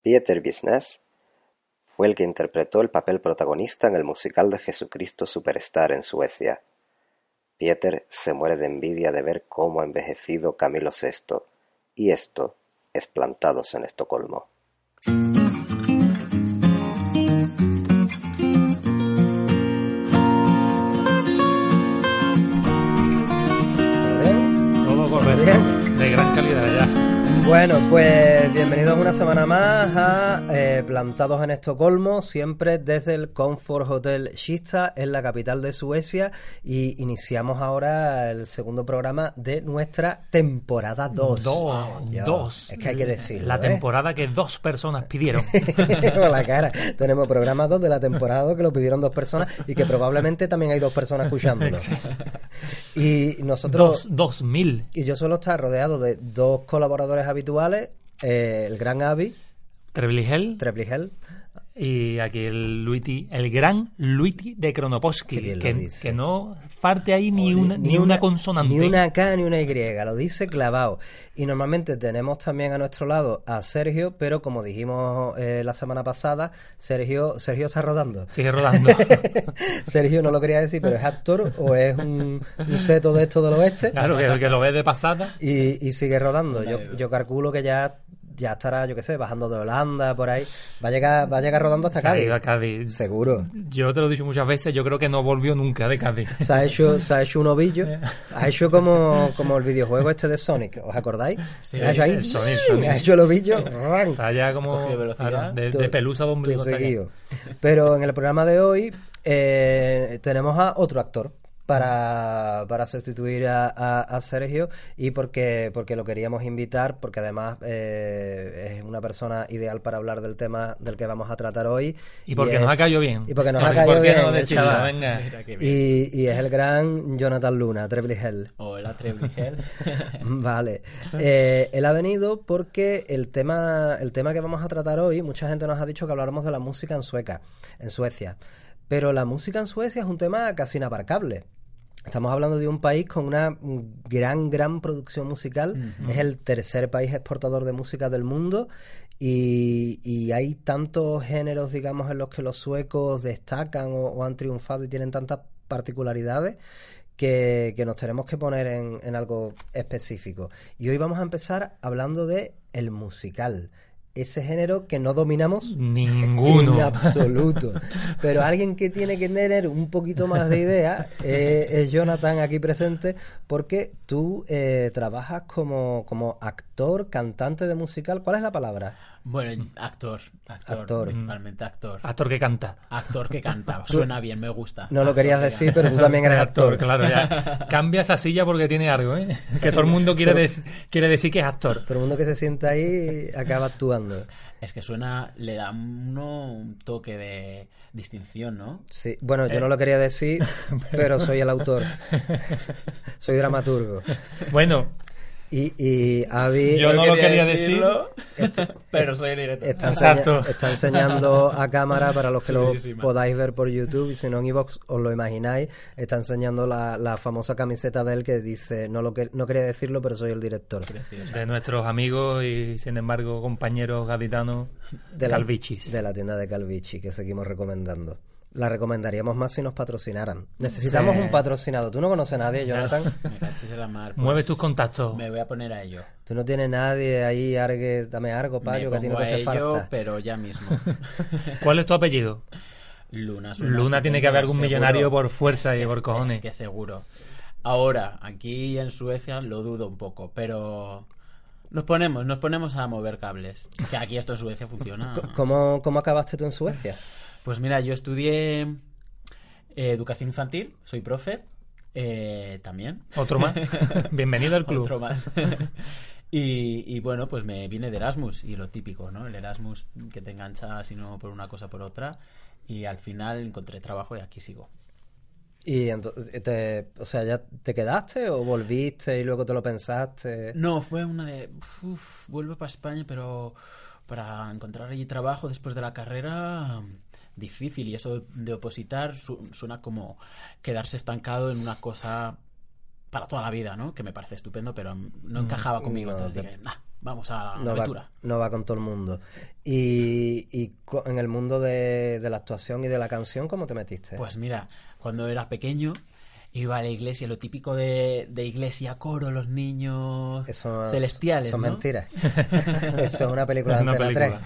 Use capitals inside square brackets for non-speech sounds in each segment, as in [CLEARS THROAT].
Pieter Biesnaz fue el que interpretó el papel protagonista en el musical de Jesucristo Superstar en Suecia. Pieter se muere de envidia de ver cómo ha envejecido Camilo VI, y esto es Plantados en Estocolmo. Todo correcto, de gran calidad ya. Bueno, pues bienvenidos una semana más a eh, Plantados en Estocolmo, siempre desde el Comfort Hotel Schista, en la capital de Suecia, y iniciamos ahora el segundo programa de nuestra temporada 2. Dos, dos. Ah, Es que hay que decirlo. La ¿eh? [LAUGHS] temporada que dos personas pidieron. Con la cara. Tenemos programa 2 de la temporada 2 que lo pidieron dos personas y que probablemente también hay dos personas [LAUGHS] escuchándolo. Y [LAUGHS] nosotros... dos, dos mil. Y yo suelo estar rodeado de dos colaboradores habituales, eh, el gran Avi, Trebligel Trepligel, y aquí el Luiti, el gran Luiti de Qué Kronoposki, bien lo que, dice. que no falte ahí ni una, ni una consonante. Ni una K ni una Y, lo dice clavado. Y normalmente tenemos también a nuestro lado a Sergio, pero como dijimos eh, la semana pasada, Sergio, Sergio está [LAUGHS] rodando. Sigue [LAUGHS] rodando. Sergio no lo quería decir, pero es actor o es un, un seto de esto del oeste. claro, que, que lo ves de pasada. Y, y sigue rodando. Yo, yo calculo que ya, ya estará, yo qué sé, bajando de Holanda, por ahí. Va a llegar, va a llegar rodando hasta Se ha Cádiz. ido a Cádiz. Seguro. Yo te lo he dicho muchas veces, yo creo que no volvió nunca de Cádiz. [LAUGHS] Se ha hecho, se ha hecho un [LAUGHS] ovillo. Eh. Ha hecho como, como el videojuego este de Sonic, ¿os acordáis? Sí, ha hecho ahí. el Sonic, Sonic. Ha hecho el ovillo. ran, [LAUGHS] Está ya como cogido velocidad. claro, de, to- de pelusa de ombligo todo hasta acá. seguido. [LAUGHS] Pero en el programa de hoy eh, tenemos a otro actor. Para, para sustituir a, a- a Sergio y porque, porque lo queríamos invitar, porque además eh, es una persona ideal para hablar del tema del que vamos a tratar hoy. Y porque nos es- ha caído bien. Y porque nos ha ¿Por caído qué bien. no el decirlo? chaval. Venga. Mira qué bien. Y, y es el gran Jonathan Luna, Treble Hell. Hola, Trebligel. [LAUGHS] Vale. Eh, él ha venido porque el tema, el tema que vamos a tratar hoy, mucha gente nos ha dicho que habláramos de la música en sueca, en Suecia. Pero la música en Suecia es un tema casi inabarcable. Estamos hablando de un país con una gran, gran producción musical. Es el tercer país exportador de música del mundo. Y, y hay tantos géneros, digamos, en los que los suecos destacan o, o han triunfado y tienen tantas particularidades que, que nos tenemos que poner en, en algo específico. Y hoy vamos a empezar hablando de el musical, ese género que no dominamos en Ninguno. absoluto. Pero alguien que tiene que tener un poquito más de idea eh, es Jonathan aquí presente, porque tú eh, trabajas como, como actor, cantante de musical. ¿Cuál es la palabra? Bueno, actor, actor, mm. Actor. principalmente actor. Actor que canta. Actor [LAUGHS] que canta, suena bien, me gusta. No lo Actor querías que decir, canta. pero tú también eres actor. claro. [LAUGHS] Ya. Cambia esa silla porque tiene algo, ¿eh? Que todo el mundo quiere, des- quiere decir que [LAUGHS] es actor. Todo el mundo que se sienta ahí acaba actuando. Es que suena, le da uno un toque de distinción, ¿no? Sí, bueno, Eh. yo no lo quería [LAUGHS] decir, pero soy el autor. soy dramaturgo. Bueno, Y, y Avi Yo no lo quería decirlo, [LAUGHS] pero soy el director. está, enseña- Exacto. está enseñando a cámara para los que lo Chulísima. podáis ver por YouTube y si no en iVoox os lo imagináis. Está enseñando la, la famosa camiseta de él que dice, no, lo que, no quería decirlo, pero soy el director. de nuestros amigos y, sin embargo, compañeros gaditanos, de la, calvichis. de la tienda de Calvichi que seguimos recomendando. La recomendaríamos más si nos patrocinaran. Necesitamos Sí. un patrocinado. Tú no conoces a nadie, Jonathan. Me cachis en la mar. pues, Mueve tus contactos. Me voy a poner a ello. Tú no tienes nadie ahí, argue, dame algo, Me payo, que a ti no pongo te a hace ello, falta. pero [LAUGHS] ya mismo. ¿Cuál es tu apellido? Luna suena Luna tiene que estupendo, haber algún seguro. millonario por fuerza y por Es cojones. que seguro. Ahora, aquí en Suecia lo dudo un poco, pero nos ponemos, nos ponemos a mover cables. Que aquí esto en Suecia [LAUGHS] funciona. Co- ¿Cómo, ¿Cómo acabaste tú en Suecia? Pues mira, yo estudié eh, educación infantil, soy profe, eh, también. Otro [LAUGHS] más. Bienvenido al club. [LAUGHS] Otro más. y, y bueno, pues me vine de Erasmus y lo típico, ¿no? El Erasmus que te engancha, si no por una cosa por otra. Y al final encontré trabajo y aquí sigo. Y entonces, te- o sea, ¿ya te quedaste o volviste y luego te lo pensaste? No, fue una de. Uf, vuelvo para España, pero para encontrar allí trabajo después de la carrera, difícil. Y eso de opositar su- suena como quedarse estancado en una cosa para toda la vida, ¿no? Que me parece estupendo, pero no encajaba conmigo. Mm, No, entonces te- dije, nah, vamos a la no aventura. va, no va con todo el mundo. Y, y co- en el mundo de, de la actuación y de la canción, ¿cómo te metiste? Pues mira, cuando era pequeño iba a la iglesia, lo típico de, de iglesia, coro, los niños Eso es- celestiales. Son ¿no? mentiras. Eso es una película de Es una Antena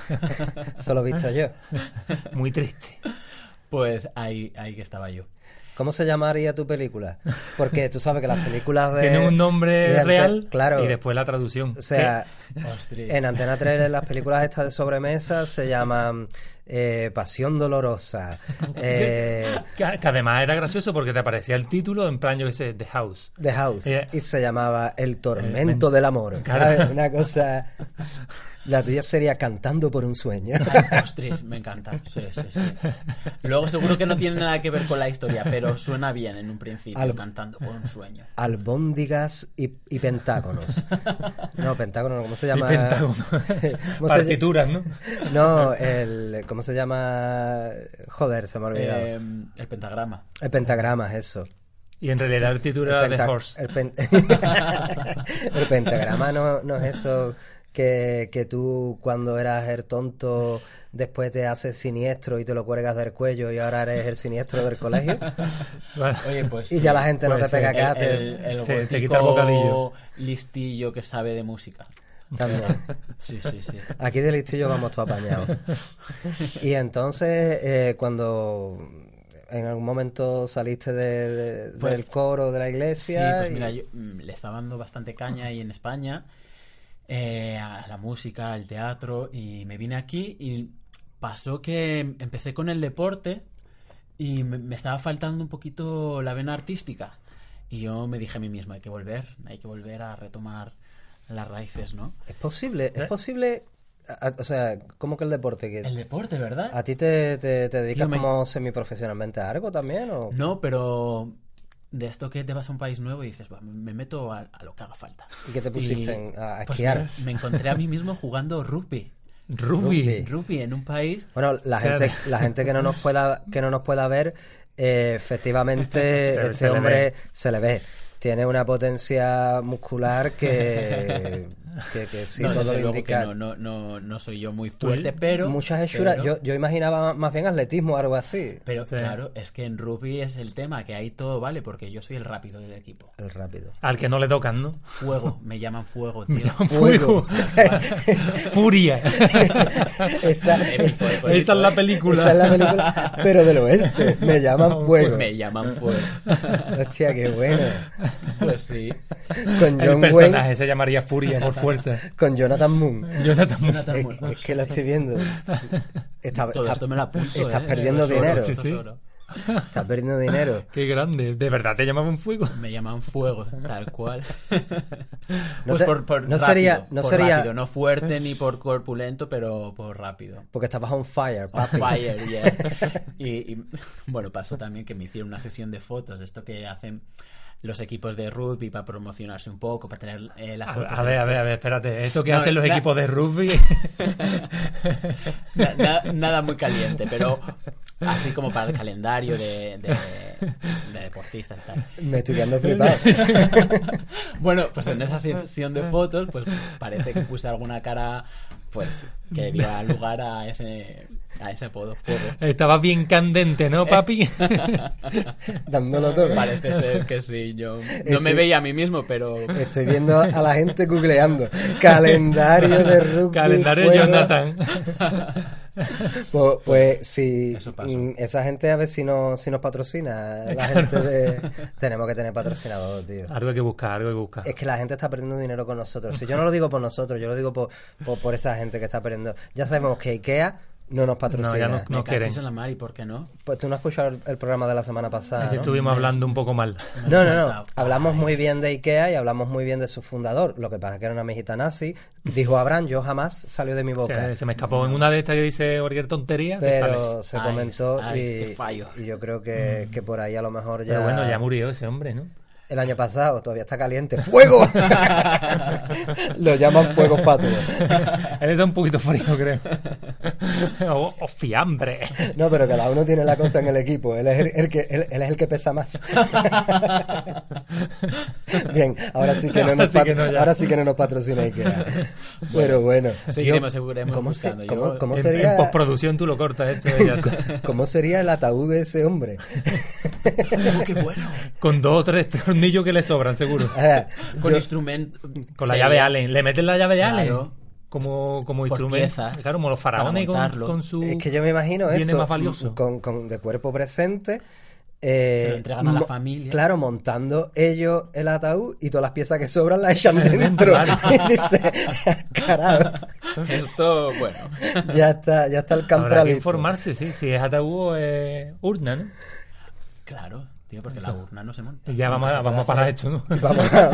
3. Eso lo he visto yo. Muy triste. Pues ahí, ahí que estaba [LAUGHS] yo. ¿Cómo se llamaría tu película? Porque tú sabes que las [LAUGHS] películas de. Tiene un de nombre Ante- real Claro. y después la traducción. O sea, Ostras. en Antena 3, las películas estas de sobremesa se llaman eh, Pasión [LAUGHS] Dolorosa. eh, que, que además era gracioso porque te aparecía el título en plan, yo que sé, The House. The House. Eh, y se llamaba El Tormento tormento. del Amor. Claro. ¿sabes? Una cosa. La tuya sería Cantando por un [LAUGHS] Sueño. Ay, ostras, me encanta. Sí, sí, sí. Luego seguro que no tiene nada que ver con la historia, pero suena bien en un principio, Al- cantando por un sueño. Albóndigas y, y pentágonos. No, pentágono, no, ¿cómo se Y llama? Pentágono. [LAUGHS] [LAUGHS] ¿Cómo se ll- Partituras, ¿no? No, el. ¿Cómo se llama? Joder, se me ha olvidado. Eh, el pentagrama. El pentagrama, eso. Y en realidad el título era The penta- Horse. el pen- [LAUGHS] el pentagrama no, no es eso que, que tú cuando eras el tonto después te haces siniestro y te lo cuelgas del cuello y ahora eres el siniestro del colegio Vale. Oye, pues. y ya la gente no Puede te ser. pega acá. el, te- el, el Sí, te gótico quita el bocadillo. listillo que sabe de música. también. Sí, sí, sí. Aquí de listillo vamos todos apañados. Y entonces, eh, cuando en algún momento saliste de- Pues- del coro de la Sí, iglesia. pues y- mira, yo, mm, le estaba dando bastante caña ahí en España eh, a la música, al teatro, y me vine aquí y pasó que empecé con el deporte y me, me estaba faltando un poquito la vena artística. Y yo me dije a mí mismo, hay que volver, hay que volver a retomar las raíces, ¿no? Es posible, es ¿Eh? posible. a- a- o sea, ¿cómo que el deporte? Que El deporte, ¿verdad? ¿A ti te, te, te dedicas Yo me- como semiprofesionalmente a algo también? O... No, pero de esto que te vas a un país nuevo y dices, "Buah, me meto a, a lo que haga falta. ¿Y qué te pusiste en- a- a pues esquiar? me, me encontré a mí mismo jugando rugby. Ruby. Ruby. Rugby en un país. Bueno, la O sea, gente, la gente que no nos pueda, que no nos pueda ver, eh, [LAUGHS] efectivamente, Se- se este le ve. hombre se le ve. Tiene una potencia muscular que, que, [LAUGHS] que sí no, todo desde lo luego que indica. no, no, no, no soy yo muy fuerte, pero. Muchas hechuras, pero- yo, yo imaginaba más bien atletismo o algo así. Pero Sí. claro, es que en rugby es el tema, que ahí todo vale, porque yo soy el rápido del equipo. El [LAUGHS] rápido. Al que no le [LAUGHS] tocan, ¿no? Fuego, me llaman fuego, tío. [LAUGHS] Fuego. Furia. [LAUGHS] Esa, Épico, [LAUGHS] épico, Esa es la épico. película. Esa es la [LAUGHS] película, pero del oeste. Me [LAUGHS] llaman fuego. Pues Me llaman fuego. Hostia, qué bueno. Pues [LAUGHS] sí. Con El John personaje Wayne, se llamaría Furia [LAUGHS] por fuerza. con Jonathan Moon. Jonathan Moon. Jonathan Es, Moore. es que la estoy viendo. Está- Todo está- esto me lo apunto. estás eh. perdiendo Esto es oro, dinero. esto es Sí, sí. oro. Estás perdiendo dinero. Qué grande. ¿De verdad te llamaban Fuego? Me llaman fuego, tal [LAUGHS] cual. [LAUGHS] No pues te- por, por no rápido, sería- no por sería- rápido, no fuerte ni por corpulento, pero por rápido. Porque estabas on fire, On papi. fire, yeah. y, y, bueno, pasó también que me hicieron una sesión de fotos, de esto que hacen los equipos de rugby para promocionarse un poco, para tener eh, las A, fotos. a ver, a este. ver, a ver, espérate. Esto que No, hacen los na- equipos de [LAUGHS] rugby. Na- na- nada muy caliente, pero así como para el calendario de, de- de deportistas y tal. [LAUGHS] Me estoy quedando flipado. Bueno, pues en esa sesión de fotos, pues parece que puse alguna cara, pues, que diera lugar a ese, a ese apodo fuego. Estaba bien candente, Eh, ¿no, papi? Dándolo todo. Parece ser que sí, yo no Eche- me veía a mí mismo, pero Estoy viendo a la gente googleando. Calendario de rugby. Calendario juego. Jonathan. [LAUGHS] Pues, pues si eso pasó. mm, esa gente a ver si nos, si nos patrocina. La gente de... Tenemos que tener patrocinador, tío. Algo hay que buscar, algo hay que buscar. Es que la gente está perdiendo dinero con nosotros. Si yo no lo digo por nosotros, yo lo digo por, por, por esa gente que está perdiendo. Ya sabemos que IKEA no nos patrocina. No, ya no- me cachis quieren. en la mar y por [LAUGHS] qué no. Pues tú no has escuchado el, el programa de la semana pasada. ¿no? Estuvimos hablando un poco mal. Me ha No, no, no. encantado. Hablamos muy bien de Ikea y hablamos muy bien de su fundador. Lo que pasa es que era una mejita nazi. Dijo Abraham, yo jamás salió de mi O boca. sea, se me escapó en una de estas que dice cualquier tontería. te sale. pero se Ay, comentó ay, y, qué fallo. y yo creo que, que por ahí a lo mejor ya... Pero bueno, ya murió ese hombre, ¿no? El año pasado todavía está caliente. ¡Fuego! [LAUGHS] Lo llaman fuego fatuo. [LAUGHS] Él está un poquito frío, creo. [LAUGHS] Oh, o, o fiambre. No, pero cada uno tiene la cosa en el equipo. Él es el, el que, él, él es el que pesa [LAUGHS] más. Bien, ahora sí que no, Ahora nos, sí pat- que no, ya. ahora sí que no nos patrocina Ikea. Pero bueno. Seguiremos, Yo- seguiremos ¿cómo se- buscando. cómo- Yo- cómo En, sería- en postproducción tú lo cortas esto y ya está. ¿Cómo sería el ataúd de ese [LAUGHS] hombre? Oh, qué bueno! Con dos o tres tornillos que le sobran, seguro. Ah, Con yo- instrumento. Con la llave Allen. ¿Le meten la llave de Claro. Allen? Como, como Por instrumento. piezas, claro, como los para faraones con, montarlo. con su. Es que yo me imagino Viene eso. más valioso. Con, con- de cuerpo presente. eh, Se lo entregan a la mo- familia. Claro, montando ellos el ataúd y todas las piezas que sobran las echan Dentro, dentro. claro. [LAUGHS] Y dice, "Ah, carajo, Esto, [LAUGHS] bueno. ya está, ya está el Habrá que campralito. informarse, sí. Si es ataúd, eh, urna, ¿no? Claro, tío, porque la urna no se monta. Y ya vamos, a- vamos a parar esto, ¿no? [LAUGHS] Vamos a,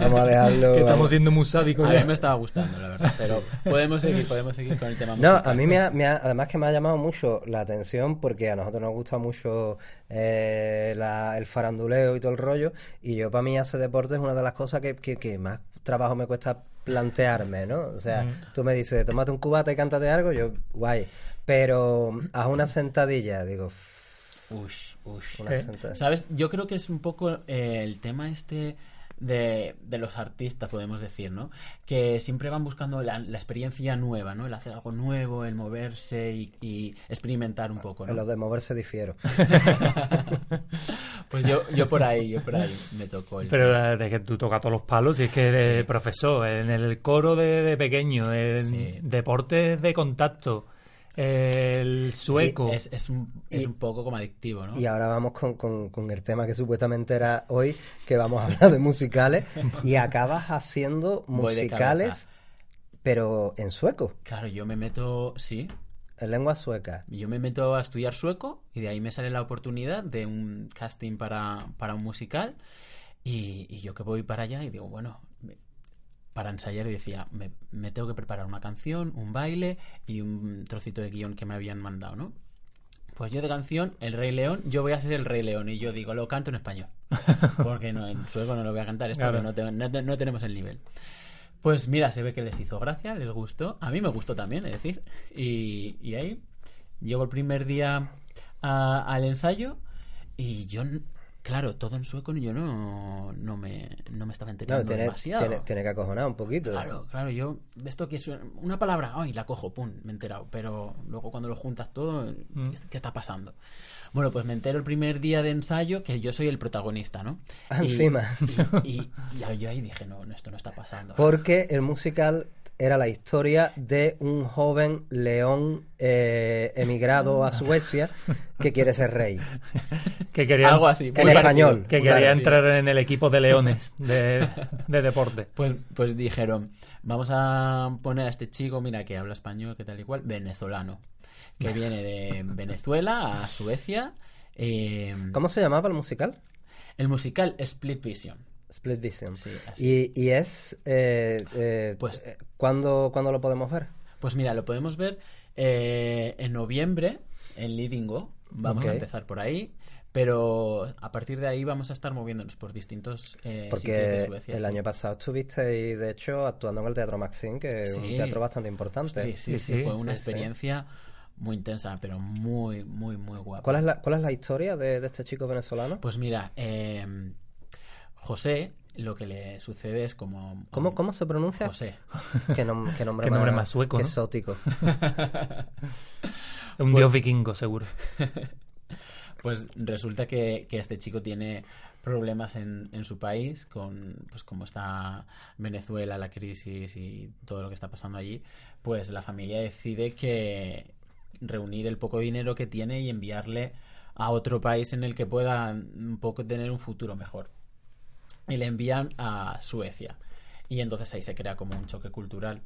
vamos a dejarlo. [LAUGHS] que estamos vamos. siendo muy sádicos. A ya. mí me estaba gustando, la verdad. Pero podemos seguir, podemos seguir con el tema No, ah. musical. a mí me ha, me ha- además que me ha llamado mucho la atención porque a nosotros nos gusta mucho eh, la- el faranduleo y todo el rollo y yo para mí hacer deporte es una de las cosas que, que- que más trabajo me cuesta plantearme, ¿no? O sea, tú me dices, tómate un cubata y cántate algo, yo, guay, pero haz una sentadilla, digo, "F- Ush, ush. una ¿Eh? sentadilla. ¿Sabes? Yo creo que es un poco eh, el tema este de, de los artistas, podemos decir, ¿no? Que siempre van buscando la, la experiencia nueva, ¿no? El hacer algo nuevo, el moverse y, y experimentar un poco, En lo ¿no? de moverse difiero. [LAUGHS] Pues yo, yo por ahí, yo por ahí me tocó el... Pero eh, de que tú tocas todos los palos, y es que eres Sí. profesor, en el coro de, de pequeño, en Sí. deportes de contacto, el sueco. Es, es un, es Y- un poco como adictivo, ¿no? Y ahora vamos con, con- con el tema que supuestamente era hoy, que vamos a hablar de musicales, y acabas haciendo Voy de musicales, cabeza. pero en sueco, Claro, yo me meto, sí, en lengua sueca. yo me meto a estudiar sueco y de ahí me sale la oportunidad de un casting para, para un musical y, y yo que voy para allá y digo, bueno, me- para ensayar y decía, me, me tengo que preparar una canción, un baile y un trocito de guión que me habían mandado, ¿no? Pues yo de canción, El Rey León, yo voy a ser el Rey León y yo digo, lo canto en español. Porque no, en sueco no lo voy a cantar, esto Claro. no, te- no te- no tenemos el nivel. Pues mira, se ve que les hizo gracia, les gustó. A mí me gustó también, es decir. Y, y ahí llego el primer día a- al ensayo y yo, n- claro, todo en sueco y yo no, no, me, no me No, estaba enterando tiene, demasiado. tiene, tiene que acojonar un poquito. Claro, claro, yo de esto que es una palabra, ay, la cojo, pum, me he enterado, pero luego cuando lo juntas todo, Mm. ¿qué está pasando? Bueno, pues me entero el primer día de ensayo que yo soy el protagonista, ¿no? Ah, encima. Y, y- y yo ahí dije, no, no, esto no está pasando. Porque el musical era la historia de un joven león eh, emigrado a Suecia que quiere ser rey. que quería, Algo así, En español. Que muy quería parecido. entrar en el equipo de leones de, de deporte. Pues, pues dijeron, vamos a poner a este chico, mira, que habla español, que tal y cual, venezolano, que viene de Venezuela a Suecia. eh, ¿Cómo se llamaba el musical? el musical Split Vision. Split Vision. Sí, así. y, y es... Eh, eh, Pues- eh, ¿cuándo, cuándo lo podemos ver? Pues mira, lo podemos ver eh, en noviembre en Livingo. Vamos Ok. a empezar por ahí. Pero a partir de ahí vamos a estar moviéndonos por distintos eh, sitios de Porque Suecia. el sí. año pasado estuviste, y de hecho, actuando en el Teatro Maxim, que es un Sí. teatro bastante importante. Sí, sí, Sí, sí, sí, Fue una sí, sí. experiencia muy intensa, pero muy, muy, muy guapa. ¿Cuál es la, cuál es la historia de, de este chico venezolano? Pues mira, eh, José, lo que le sucede es como... ¿Cómo, ¿Cómo se pronuncia? José. ¿Qué, nom- qué [LAUGHS] nombre, Qué mm, nombre más sueco, qué ¿no? exótico. Un dios vikingo, seguro. Pues resulta que, que este chico tiene problemas en, en su país con pues como está Venezuela, la crisis y todo lo que está pasando allí, pues la familia decide que reunir el poco dinero que tiene y enviarle a otro país en el que pueda un poco tener un futuro mejor. Y le envían a Suecia. Y entonces ahí se crea como un choque cultural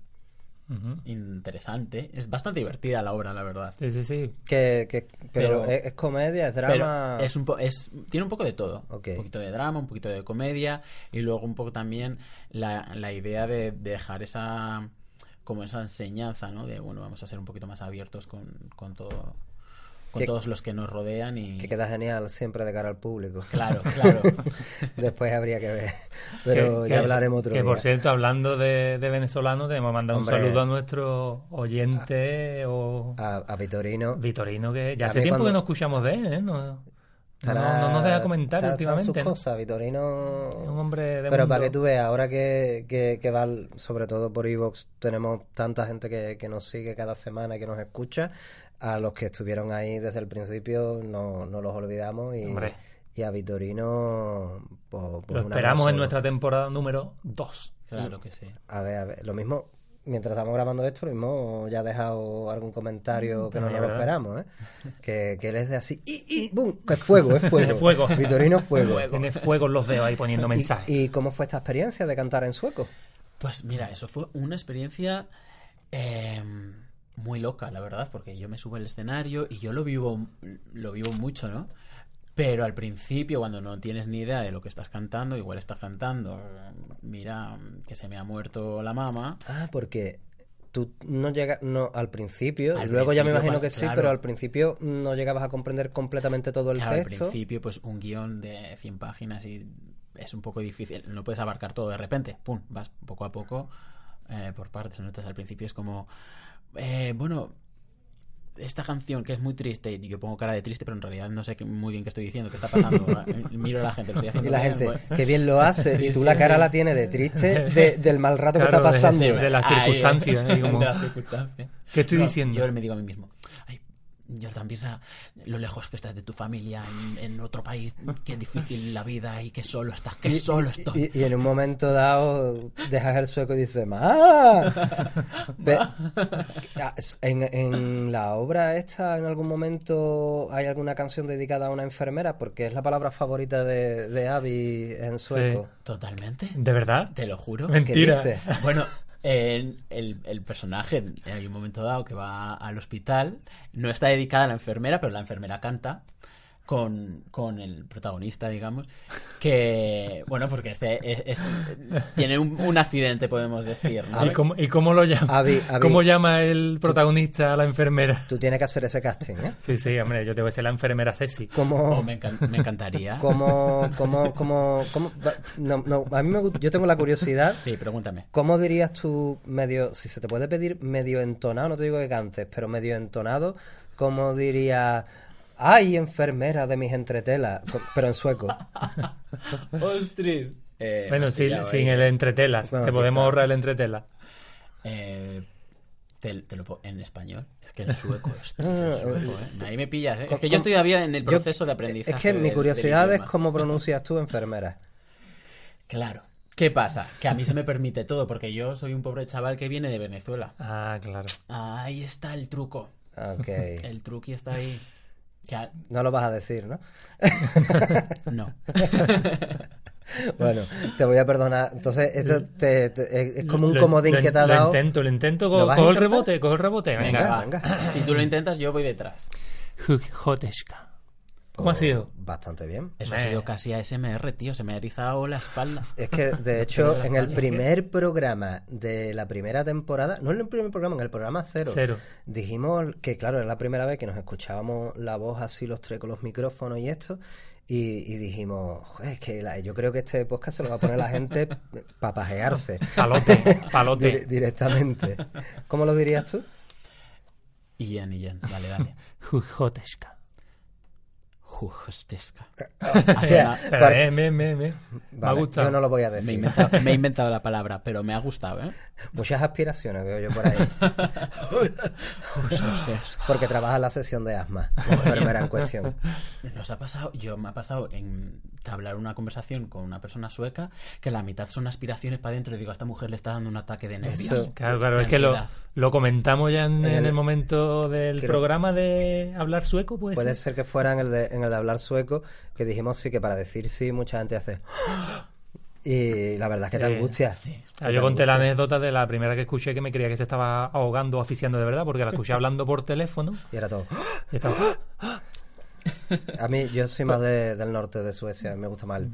Ujú. interesante. Es bastante divertida la obra, la verdad. Sí, sí, sí. Que, que- pero Pero- es, es comedia, es drama. Pero es un po- es, tiene un poco de todo. Ok. Un poquito de drama, un poquito de comedia y luego un poco también la, la idea de, de dejar esa como esa enseñanza, ¿no? De, bueno, vamos a ser un poquito más abiertos con, con todo con Que- todos los que nos rodean y... Que queda genial siempre de cara al público. Claro, claro. [LAUGHS] Después habría que [LAUGHS] ver. Pero Que- ya que- hablaremos otro que, día. por cierto, hablando de, de venezolanos, tenemos que mandar un Hombre. saludo a nuestro oyente o A, a Vitorino. Vitorino, que ya a hace mí tiempo que cuando- no escuchamos de él, ¿eh? No, no- estará- no nos deja comentar estará- estarán últimamente. sus ¿no? cosas, Vitorino. Es un hombre de Pero mundo. para que tú veas, ahora que, que, que va, al- sobre todo por Evox, tenemos tanta gente que, que nos sigue cada semana y que nos escucha, a los que estuvieron ahí desde el principio no, no los olvidamos y, Hombre. y a Vitorino pues, pues Lo un esperamos abrazo. en nuestra temporada número 2. Claro que sí. A ver, a ver, lo mismo, mientras estamos grabando esto, lo mismo ya ha dejado algún comentario que no también nos lo es esperamos, [LAUGHS] ¿eh? Que, que él es de así, y, y, ¡bum! Que es fuego, es fuego. [LAUGHS] Es fuego. Vitorino es fuego. Tiene fuego en los dedos ahí poniendo ¿Y- mensajes. ¿Y, cómo fue esta experiencia de cantar en sueco? Pues mira, eso fue una experiencia eh, muy loca, la verdad, porque yo me subo al escenario y yo lo vivo, lo vivo mucho, ¿no? Pero al principio, cuando no tienes ni idea de lo que estás cantando, igual estás cantando, mira, que se me ha muerto la mama. Ah, porque tú no llegas, no, al principio, Al luego ya me principio, imagino cua- que sí, claro. pero al principio no llegabas a comprender completamente todo el Claro, al texto. principio, pues un guión de 100 páginas y es un poco difícil. No puedes abarcar todo de repente. Pum, vas poco a poco eh, por partes. ¿no? Entonces, al principio es como, eh, bueno, esta canción que es muy triste, y yo pongo cara de triste, pero en realidad no sé qué- muy bien qué estoy diciendo, qué [LAUGHS] está pasando. Miro a la gente, lo estoy haciendo Y la bien, gente, bueno. qué bien lo hace, Sí, y tú sí, la cara sí. la tienes de triste de- del mal rato que Claro, está de- pasando. de- de la- las Ay, circunstancias, ¿eh? Como- de las circunstancias. ¿Qué estoy diciendo? Yo me digo a mí mismo, ay, Jordan, piensa lo lejos que estás de tu familia, en, en otro país, qué difícil la vida y que solo estás, que Y- solo y- estoy. Y, y en un momento dado dejas el sueco y dices, [LAUGHS] ¡Ah! Ve- Ah, es- en, en la obra esta, en algún momento, hay alguna canción dedicada a una enfermera, porque es la palabra favorita de, de Abby en sueco. Totalmente, ¿De verdad? te lo juro. Ven- ¿Qué Mentira. dice? Bueno, el, el- el personaje, hay un momento dado que va al hospital, no está dedicada a la enfermera, pero la enfermera canta con, con el protagonista, digamos, que, bueno, porque este, es- es- tiene un, un accidente, podemos decir, ¿no? ¿Y cómo, y cómo lo llama? Avi, Avi. ¿Cómo llama el protagonista a la enfermera? Tú tienes que hacer ese casting, [LAUGHS] ¿eh? Sí, sí, hombre, yo te voy a ser la enfermera Ceci. Oh, Como... me, encan- me encantaría. Como, como, como, como, no, no, a mí me, gu- yo tengo la curiosidad Sí, pregúntame. ¿Cómo dirías tú, medio, si se te puede pedir medio entonado, no te digo que cantes, pero medio entonado, ¿cómo dirías, ay, enfermera de mis entretelas, Co- pero en sueco? ¡Ostras! Eh, me Bueno, has sin, pillado sin ahí. el entretela. Bueno, te podemos quizá. ahorrar el entretela. Eh, te, te lo pongo en español. Es que el sueco, [LAUGHS] ostras, el sueco, ¿eh? Ahí me pillas, ¿eh? Es que yo estoy todavía en el Yo- proceso de aprendizaje. Es que mi del- curiosidad del es idioma. cómo pronuncias tú enfermera. Claro. ¿Qué pasa? Que a mí se me permite todo, porque yo soy un pobre chaval que viene de Venezuela. Ah, claro. Ahí está el truco. Ok. El truqui está ahí. Que a- No lo vas a decir, ¿no? No. Bueno, te voy a perdonar. Entonces, esto te- te- es- es como un Lo- comodín lo- que te ha Lo dado. intento, lo intento. ¿Lo Cojo vas a el intentar? rebote, cojo el rebote. Venga, Venga, va. venga. Si tú lo intentas, yo voy detrás. Joteska. ¿Cómo ha Pues, sido? Bastante bien. Eso Meh. ha sido casi ASMR, tío. Se me ha erizado la espalda. Es [LAUGHS] que, de Pero hecho, la en el España, primer programa de la primera temporada, no en el primer programa, en el programa cero, Cero. dijimos que, claro, era la primera vez que nos escuchábamos la voz así, los tres con los micrófonos y esto, y, y dijimos, "Joder, es que la- yo creo que este podcast se lo va a poner la [LAUGHS] gente para pajearse. Palote, [LAUGHS] Dire- palote. directamente. ¿Cómo lo dirías [LAUGHS] tú? Ian, Ian. Dale, dale. Joteska. Uf, hostesca. O sea, Pero, para- eh, me, me, me. me ha Vale, gustado. Yo no lo voy a Me he, decir. inventado, me he inventado la palabra, pero me ha gustado, ¿eh? Muchas aspiraciones veo yo por [LAUGHS] ahí. [LAUGHS] Hostesca. Porque trabaja la sesión de asma, la enfermera en cuestión. Nos ha pasado, yo me ha pasado en hablar una conversación con una persona sueca que la mitad son aspiraciones para adentro y digo, a esta mujer le está dando un ataque de nervios. Eso. Claro, claro, es que lo, Ansiedad. lo comentamos ya en, En en el- el momento del Creo- programa de hablar sueco, puede, Puede ser. ser que fuera en el, de, en el de hablar sueco, que dijimos sí, que para decir sí, mucha gente hace. [GASPS] Y la verdad es que te Sí, angustia. sí. Ah, yo conté la anécdota de la primera que escuché que me creía que se estaba ahogando o asfixiando de verdad, porque la escuché hablando por teléfono Y era todo. [GASPS] y estaba... "Ah, A mí, yo soy más de- del norte de Suecia, me gusta más el-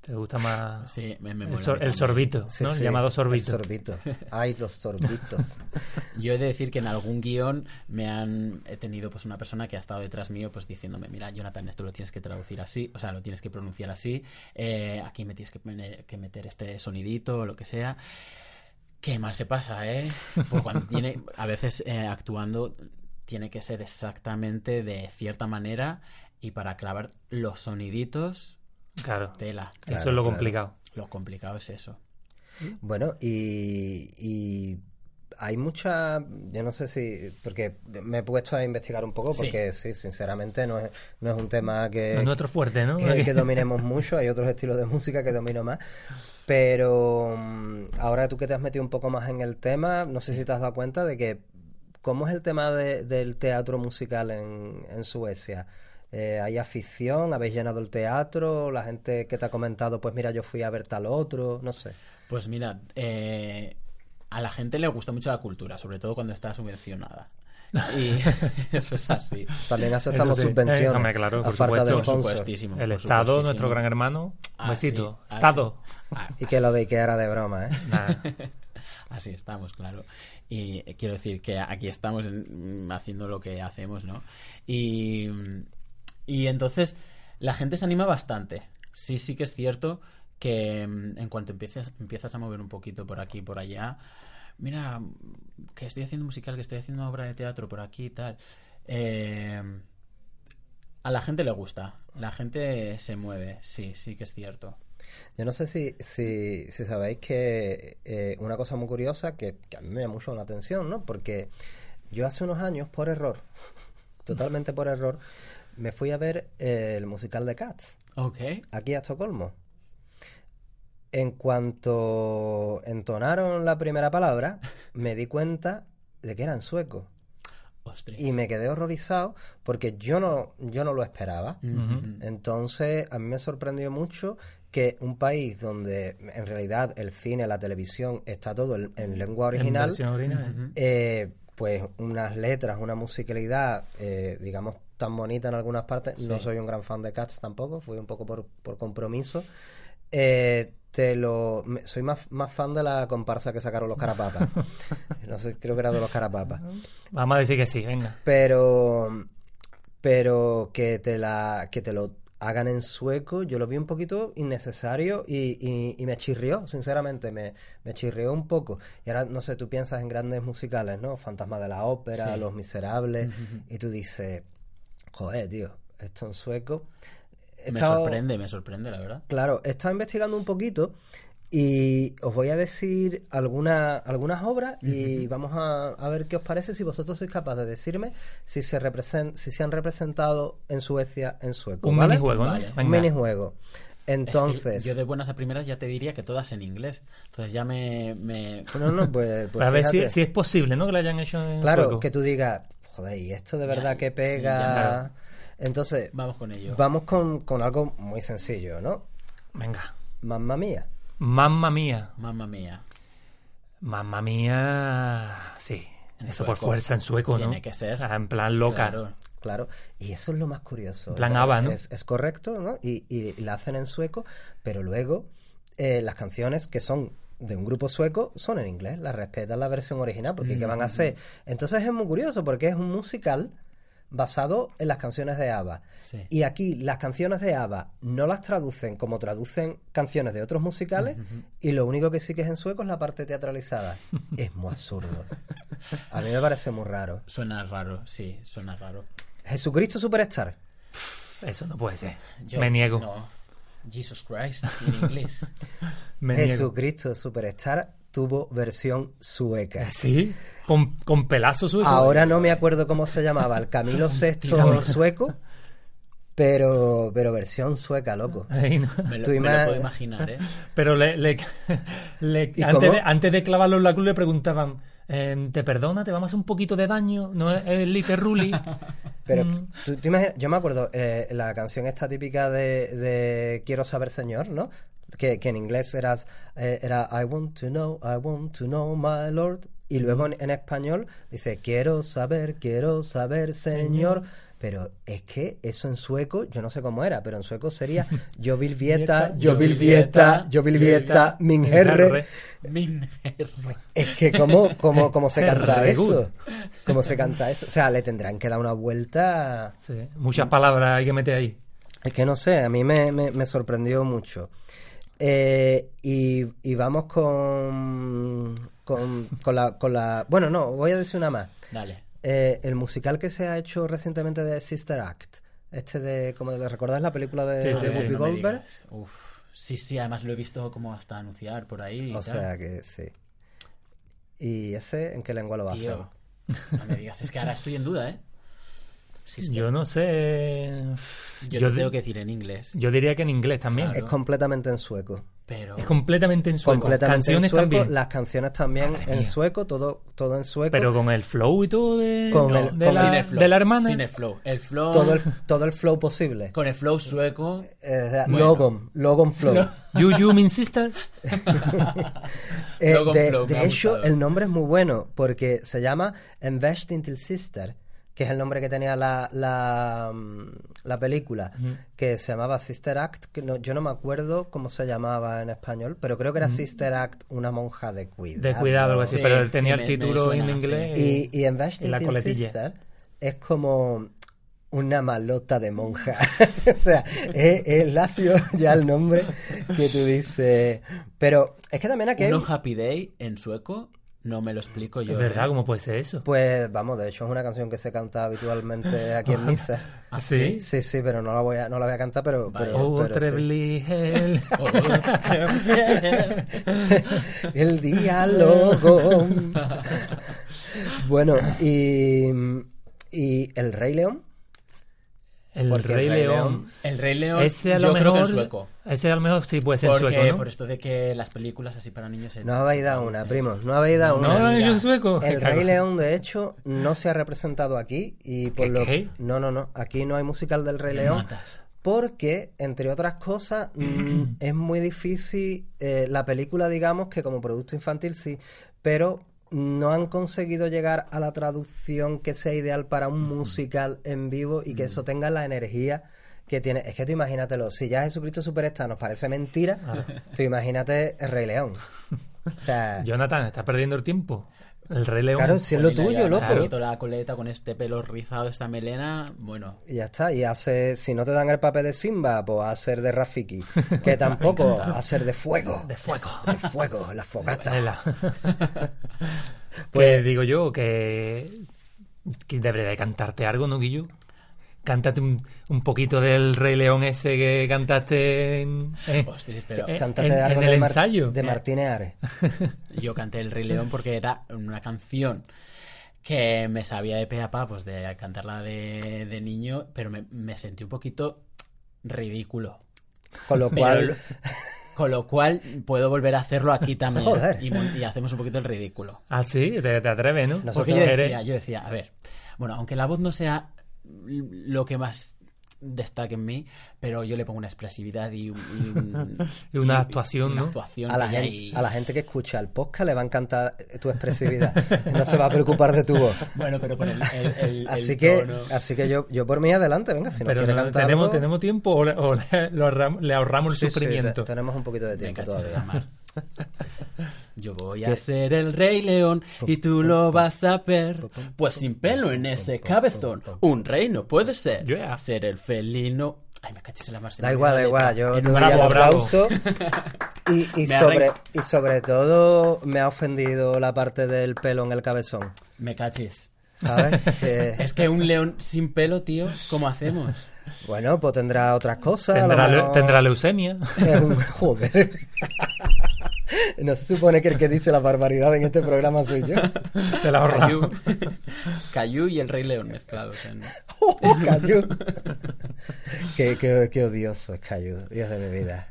Te gusta más Sí, me, me el, mola a sor- mí el también. sorbito, Sí, ¿no? sí, El llamado el sorbito. sorbito. Ay, los [LAUGHS] sorbitos. Yo he de decir que en algún guión me han he tenido pues una persona que ha estado detrás mío pues diciéndome, mira, Jonathan, esto lo tienes que traducir así, o sea, lo tienes que pronunciar así, eh, aquí me tienes que, pone- que meter este sonidito o lo que sea. Qué mal se pasa, ¿eh? Pues cuando tiene, a veces eh, actuando tiene que ser exactamente de cierta manera y para clavar los soniditos, Claro, tela. eso es lo claro. complicado. Lo complicado es eso. Bueno, y, y hay mucha, yo no sé si, porque me he puesto a investigar un poco, Sí. porque sí, sinceramente no es, no es un tema que, No es nuestro fuerte, ¿no? que, [LAUGHS] que dominemos mucho, hay otros estilos de música que domino más, pero mm, ahora tú que te has metido un poco más en el tema, no sé si te has dado cuenta de que, ¿cómo es el tema de- del teatro musical en, en Suecia? Eh, ¿Hay afición? ¿Habéis llenado el teatro? ¿La gente que te ha comentado, pues mira, yo fui a ver tal otro? No sé. Pues mira, eh, a la gente le gusta mucho la cultura, sobre todo cuando está subvencionada. Y [LAUGHS] eso es así. También aceptamos Eso sí. subvenciones. Eh, hombre, claro, por a falta de supuesto. Por sponsor. supuestísimo. El por Estado, supuestísimo. nuestro gran hermano. Un Así, besito. así. Estado. Ah, Y que lo de Ikea era de broma, ¿eh? Nada. Así estamos, claro. Y eh, quiero decir que aquí estamos en- mm, haciendo lo que hacemos, ¿no? Y, mm, y entonces la gente se anima bastante. Sí, sí que es cierto que mm, en cuanto empiezas, empiezas a mover un poquito por aquí y por allá, mira, mm, que estoy haciendo musical, que estoy haciendo obra de teatro por aquí y tal. Eh, a la gente le gusta, la gente se mueve, sí, sí que es cierto. Yo no sé si, si, si sabéis que eh, una cosa muy curiosa que, que a mí me llama mucho la atención, ¿no? Porque yo hace unos años, por error, [LAUGHS] totalmente por error, me fui a ver eh, el musical de Cats. Ok. aquí a Estocolmo. En cuanto entonaron la primera palabra, me di cuenta de que eran suecos. Ostras. Y me quedé horrorizado porque yo no, yo no lo esperaba. Mm, Entonces, a mí me sorprendió mucho que un país donde en realidad el cine, la televisión, está todo en, en lengua En original, versión original. mm, mm. eh, pues unas letras, una musicalidad, eh, digamos, tan bonita en algunas partes. No Sí. soy un gran fan de Cats tampoco, fui un poco por, por compromiso. Eh, te lo, me- soy más, más fan de la comparsa que sacaron los [LAUGHS] carapapas. no sé, creo que era de los carapapas. Vamos a decir que sí, venga. Pero, pero que te la, que te lo hagan en sueco, yo lo vi un poquito innecesario y, y- y me chirrió, sinceramente, me, me chirrió un poco. Y ahora, no sé, tú piensas en grandes musicales, ¿no? Fantasma de la Ópera, Sí. Los Miserables, Ujú. y tú dices, joder, tío, esto en sueco. He Me estado- sorprende, me sorprende, la verdad. Claro, he estado investigando un poquito y os voy a decir alguna- algunas obras y vamos a, a ver qué os parece si vosotros sois capaces de decirme si se, represen- si se han representado en Suecia en sueco. Un Pues ¿vale? minijuego, ¿no? Vale. Venga. Un minijuego. Es que Entonces, yo de buenas a primeras ya te diría que todas en inglés. Entonces ya me. me- no, no, [LAUGHS] pues, pues a ver si, fíjate. si es posible, ¿no? Que lo hayan hecho en claro, sueco. que tú digas, joder, y esto de Ya, verdad que sí, ya, pega. claro. Entonces, Vamos con ello. vamos con, con algo muy sencillo, ¿no? Venga. Mamma mía. Mamma mía. Mamma mía. Mamma mía. Sí. En Eso por sueco. fuerza en sueco, ¿no? Tiene que ser. Ah, En plan loca. Claro. Claro, y eso es lo más curioso. Plan ¿eh? ABBA, ¿no? Es, es correcto, ¿no? Y, y la hacen en sueco, pero luego eh, las canciones que son de un grupo sueco son en inglés, las respetan la versión original, porque Mm. ¿qué van a hacer? Entonces es muy curioso, porque es un musical basado en las canciones de ABBA. Sí. Y aquí las canciones de ABBA no las traducen como traducen canciones de otros musicales, y lo único que sí que es en sueco es la parte teatralizada. es muy [LAUGHS] absurdo. A mí me parece muy raro. Suena raro, sí, suena raro. Jesucristo Superstar. Eso no puede ser. Yo- Me niego. No. Jesus Christ en [LAUGHS] inglés. Me niego. Jesucristo Superstar tuvo versión sueca. Eh, Sí. Con, con pelazo sueco. Ahora no me acuerdo cómo se llamaba, el [LAUGHS] Camilo VI sueco, pero, pero versión sueca, loco. Ahí no. Me lo, Tú me ima- lo puedo imaginar, [LAUGHS] ¿eh? Pero le, le- le- ¿Y antes, cómo? de, antes de clavarlo en la cruz le preguntaban, eh, ¿te perdona? ¿Te vamos a hacer un poquito de daño? ¿No es el [LAUGHS] Little Ruli? Pero Mm. tú- tú imagina- yo me acuerdo, eh, la canción esta típica de, de Quiero saber señor, ¿no? Que, que en inglés era, eh, era I want to know, I want to know my Mm. lord. Y luego en, en español dice Quiero saber, quiero saber señor. Pero es que eso en sueco, yo no sé cómo era, pero en sueco [LAUGHS] sería yo vil vieta, Vieta, yo vil yo vil vieta, vieta, yo vil yo vil vieta, vieta, min min herre. herre. Minherre. Es que cómo, cómo, cómo [LAUGHS] se canta Herre, good. eso. Cómo se canta eso. O sea, le tendrán que dar una vuelta. Sí, Muchas palabras hay que meter ahí. Es que no sé, a mí me, me- me sorprendió mucho. Eh, y, y vamos con, con, con la, con la... Bueno, no, voy a decir una más. Dale. Eh, el musical que se ha hecho recientemente de Sister Act. Este de, como de, ¿recordáis la película de, Sí, sí, de sí, Whoopi no me Goldberg? digas. Uf. Sí, sí, además lo he visto como hasta anunciar por ahí. y O tal. sea que sí. ¿Y ese en qué lengua lo hacen? Tío, no me digas, es que ahora estoy en duda, [LAUGHS] ¿eh? Sí, estoy- Yo no sé. yo yo te di- tengo que decir en inglés, Yo diría que en inglés también. Es Claro. completamente en sueco. pero... Es completamente en sueco. completamente en Canciones sueco, también. las canciones también en sueco, todo, todo en sueco. Pero con el flow y todo de, Con no, el- de con- la, sin el flow, de la hermana. Sin el flow. El flow... todo el, todo el flow posible. Con el flow sueco... Eh, Bueno. Logom, Logom [LAUGHS] Flow. You, you, min [LAUGHS] sister. Eh, Logom de Flow, me de ha hecho, gustado. el nombre es muy bueno porque se llama Investing Till Sister, que es el nombre que tenía la, la, mm, la película, que se llamaba Sister Act. Que no- yo no me acuerdo cómo se llamaba en español, pero creo que era Sister Act, una monja de cuidado. De cuidado, algo así. Sí, pero él tenía sí, el me- me título suena, en sí. inglés. Y, y y Investing Eh, la Till coletilla. Sister es como una malota de monja. [LAUGHS] o sea, es, es lacio ya el nombre que tú dices. Pero es que también aquel. Uno happy day en sueco, no me lo explico yo. Es ¿eh? verdad, ¿cómo puede ser eso? Pues vamos, de hecho es una canción que se canta habitualmente aquí en misa. ¿Ah, sí. Sí, sí, pero no la voy a, no la voy a cantar, pero, Vale. pero- Oh, pero sí. Trebly [LAUGHS] Hell. El diálogo. bueno, y, y el Rey León. El Porque Rey el Rey León. El Rey León, Ese a yo lo creo que en mejor. sueco. Ese a lo mejor sí puede ser en Porque sueco. ¿no? por esto de que las películas así para niños... se- No habéis dado una, primo. No habéis dado No, una. no, mira. yo en [LAUGHS] sueco. El Claro. Rey León, de hecho, no se ha representado aquí y por ¿Qué, lo qué? no, no, no, aquí no hay musical del Rey Me León matas. porque entre otras [CLEARS THROAT] cosas mm, es muy difícil eh, la película, digamos que como producto infantil sí, pero no han conseguido llegar a la traducción que sea ideal para un musical en vivo Mm. y que eso tenga la energía que tiene. Es que tú imagínatelo, si ya Jesucristo Superstar nos parece mentira, Ah. tú imagínate el Rey León. O [LAUGHS] sea, Jonathan, estás perdiendo el tiempo. El Rey León. Claro, si es lo Jolín, tuyo, ya, loco. me quito la coleta con este pelo rizado, esta melena, [LAUGHS] bueno... Y ya está, y hace, si no te dan el papel de Simba, pues a ser de Rafiki, [LAUGHS] que tampoco, a ser de fuego, De fuego. de fuego, la fogata. [LAUGHS] [LAUGHS] Nela. pues Pues- digo yo que, que debería de cantarte algo, ¿no, Guillo? Cántate un, un poquito del Rey León ese que cantaste en, en- Hostias, pero eh, Cántate en- algo en el de, Mar- ensayo. Eh. de Martínez Ares. Yo canté El Rey León porque era una canción que me sabía de pe a pa, pues de cantarla de, de niño, pero me, me sentí un poquito ridículo. Con [LAUGHS] lo Pero cual, Con lo cual puedo volver a hacerlo aquí [LAUGHS] también. Joder. Y, mon- y hacemos un poquito el ridículo. Ah, sí, te, te atreves, ¿no? Nosotros Porque yo Eres- decía, yo decía, a ver, bueno, aunque la voz no sea lo que más destaque en mí, pero yo le pongo una expresividad y, un- y un- [LAUGHS] Y una actuación, una ¿no? actuación a la, que ya gente, hay- a la gente que escucha el podcast le va a encantar tu expresividad, [LAUGHS] no se va a preocupar de tu voz. Bueno, pero por el, el- el- el [LAUGHS] Así que, tono. así que yo, yo por mí adelante, venga, si no Pero quiere no, cantar ¿tenemos, algo, ¿tenemos tiempo o, le, o le- lo ahorram- le ahorramos el sí, sí, te- sufrimiento? tenemos un poquito de Me tiempo cachis en la todavía. mar. [LAUGHS] Yo voy a ser el rey león y tú lo vas a ver. Pues sin pelo en ese cabezón, un rey no puede ser. Yeah. Ser el felino. Ay, me cachis en la mar. se me Da olvidó igual, la da letra. igual, yo te En doy un bravo, el momento- bravo. [LAUGHS] aplauso. Y, y Me sobre, arranco. y sobre todo me ha ofendido la parte del pelo en el cabezón. [LAUGHS] Me cachis. [LAUGHS] ¿Sabes? Que- Es que un león sin pelo, tío, ¿cómo hacemos? [LAUGHS] bueno, pues tendrá otras cosas. a lo Tendrá, leu- mejor tendrá leucemia. [LAUGHS] [LAUGHS] es un- joder. [LAUGHS] No se supone que el que dice la barbaridad en este programa soy yo. [LAUGHS] te la Cayú. [LAUGHS] ahorramos. Cayú y el rey león mezclados. en- Pues, Oh, Cayu. [LAUGHS] Qué, qué- qué odioso es Cayu, Dios de mi vida.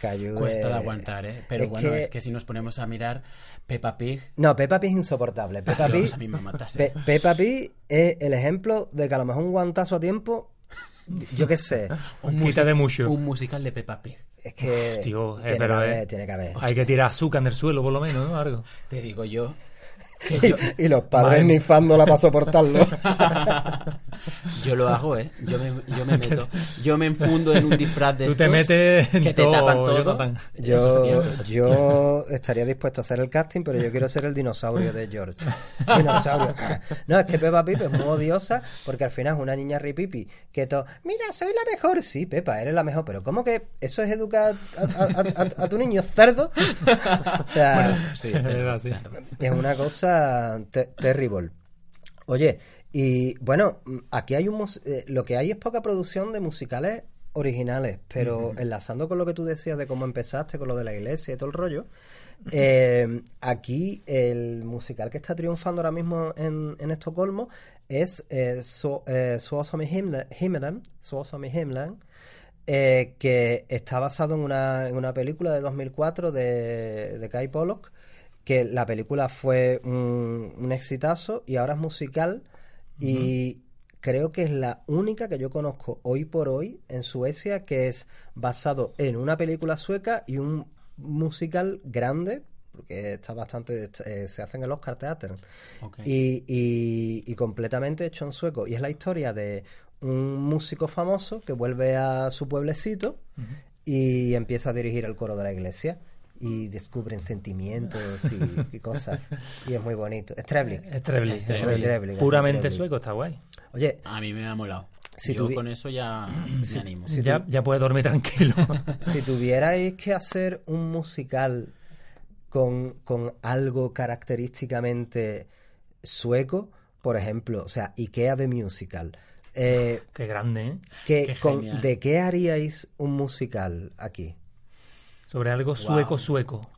Cayu Cuesta de es- aguantar, ¿eh? Pero es bueno, que- es que si nos ponemos a mirar Peppa Pig, No, Peppa Pig es insoportable. Peppa Dios, Pig a mí me matas. Pe- ¿eh? Peppa Pig es el ejemplo de que a lo mejor un guantazo a tiempo, yo qué sé, Quita de mucho. Un musical de Peppa Pig. es que Tío, eh, tiene, pero, que eh. haber, tiene que haber. Hay que tirar azúcar del suelo, por lo menos, ¿no? Algo. Te digo yo. Que yo [LAUGHS] Y los padres Madre. nifándola para soportarlo. Yo lo hago, ¿eh? Yo me, yo [LAUGHS] me meto. Yo me enfundo en un disfraz de Tú te estos metes en que te todo, tapan yo todo. tapan. Eso Yo, sí, eso sí. yo estaría dispuesto a hacer el casting, pero yo quiero ser el dinosaurio de George. Dinosaurio. No, es que Pepa Pipe es muy odiosa porque al final es una niña ripipi que todo, mira, soy la mejor. Sí, Pepa, eres la mejor, pero ¿cómo que eso es educar a, a- a- a- a tu niño cerdo? O sea, Bueno, sí, [LAUGHS] Es cerdo, verdad, sí. cerdo. es una cosa te- terrible. Oye, y bueno, mm, aquí hay un mus- eh, lo que hay es poca producción de musicales originales, pero enlazando con lo que tú decías de cómo empezaste con lo de la iglesia y todo el rollo, eh, aquí el musical que está triunfando ahora mismo en, en Estocolmo es eh, so, eh, Suomi Himla- Himlen, Suomi Himlen, eh, que está basado en una, en una película de 2004 de, de Kai Pollock, que la película fue un, un exitazo y ahora es musical y creo que es la única que yo conozco hoy por hoy en Suecia que es basado en una película sueca y un musical grande porque está bastante está- eh, se hace en el Oscar Theater Ok. y, y- y completamente hecho en sueco. Y es la historia de un músico famoso que vuelve a su pueblecito y empieza a dirigir el coro de la iglesia. Y descubren sentimientos y, y cosas. Y es muy bonito. Es Treblik. Es Trebli, Es es Trebli. Trebli. Trebli, Puramente Trebli. sueco, está guay. Oye, A mí me ha molado. Si yo tuvi- con eso ya me animo. si ya, ya puedes dormir [LAUGHS] tranquilo. si tuvierais que hacer un musical con, con algo característicamente sueco, por ejemplo, o sea, Ikea de Musical. Eh, Qué grande, ¿eh? que Qué con- genial. ¿De qué haríais un musical aquí? Sobre algo sueco, sueco.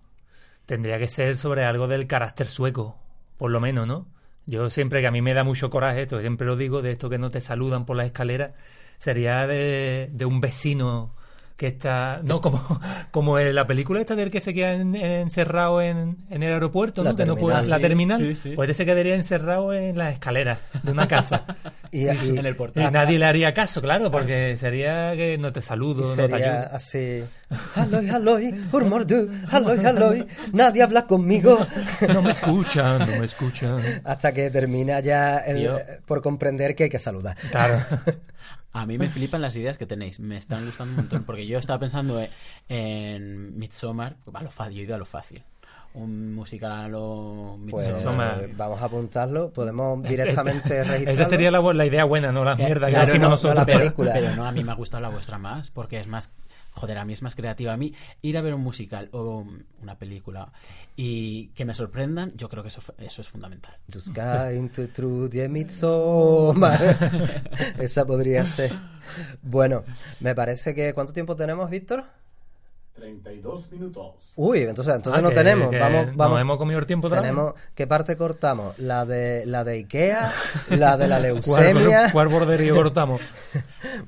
Tendría que ser sobre algo del carácter sueco, por lo menos, ¿no? Yo siempre, que a mí me da mucho coraje esto, siempre lo digo, de esto que no te saludan por las escaleras, sería de, de un vecino que está, no, como, [LAUGHS] como en la película esta del que se queda en- encerrado en, en el aeropuerto, ¿no? La que no puede, terminal. la Sí, terminal, sí, sí. pues ese se quedaría encerrado en las escaleras de una casa. Y, y- en Y el portal. nadie le haría caso, claro, porque sería que no te saludo, y no te sería ayudo. así. Halloj, halloj, hur mår du? Halloj, halloj, nadie habla conmigo. [LAUGHS] No me escuchan, no me escuchan. Hasta que termina ya el- Yo- por comprender que hay que saludar. Claro. A mí me flipan las ideas que tenéis. Me están gustando un montón. Porque yo estaba pensando eh, en Midsommar. A lo fácil, yo he ido a lo fácil. Un musical a lo Pues Midsommar. Midsommar. vamos a apuntarlo, [LAUGHS] Este- podemos directamente registrarlo. Esa sería la, bu- la idea buena, no la Eh, mierda que claro, decimos Ah, no, nosotros. no la pero, película. pero no, a mí me ha gustado la vuestra más, porque es más, joder, a mí es más creativa. A mí ir a ver un musical o una película y que me sorprendan, yo creo que eso, fu- eso es fundamental. Du ska inte tro det är mitt [LAUGHS] sommar. Esa podría ser. Bueno, me parece que. ¿Cuánto tiempo tenemos, Víctor? 32 minutos. Uy, entonces, entonces Ah, no que- tenemos. que vamos, nos vamos. hemos comido el tiempo otra vez. Tenemos, ¿qué parte cortamos? La de la de Ikea, la [LAUGHS] de la ¿Cuál, leucemia. cuál [LAUGHS] borderío cortamos?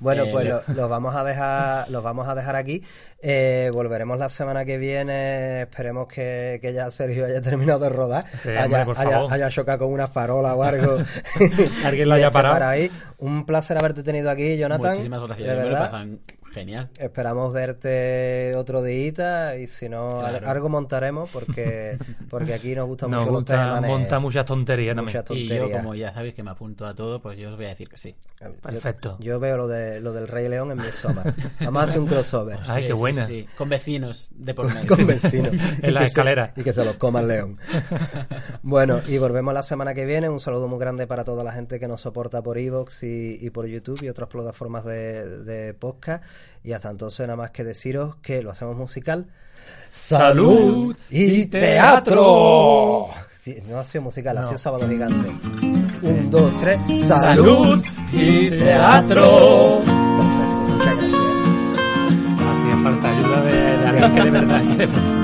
Bueno, Eh, pues le- lo- los vamos a dejar, los vamos a dejar aquí. Eh, volveremos la semana que viene. Esperemos que, que ya Sergio haya terminado de rodar, Sí, haya, hombre, por haya- favor. haya chocado con una farola o algo. [LAUGHS] Alguien Y lo haya esté parado. para ahí. Un placer haberte tenido aquí, Jonathan. Muchísimas gracias, De yo me lo verdad. pasan genial. Esperamos verte otro día y si no al- Claro. algo montaremos porque porque aquí nos gusta [LAUGHS] Nos mucho los gusta, taimanes. monta muchas tonterías también. Muchas Y tonterías. yo, como ya sabéis que me apunto a todo, pues yo os voy a decir que sí. Yo- Perfecto. Yo, veo lo de lo del Rey León en mi soma. Vamos a hacer un [LAUGHS] crossover. Ay, Sí, qué sí, buena. sí. Con vecinos de por medio. con vecinos. En la Y que se- escalera. y que se los coma el [LAUGHS] león. bueno, y volvemos la semana que viene. Un saludo muy grande para toda la gente que nos soporta por Evox y, y por YouTube y otras plataformas de, de podcast. Y hasta entonces, nada más que deciros que lo hacemos musical. ¡Salud y teatro! Sí, no ha sido musical, ha No. sido sábado gigante. Un, dos, tres. ¡Salud! ¡Salud y teatro! Perfecto, muchas gracias. Hacía falta ayuda de, de alguien que de verdad quiere.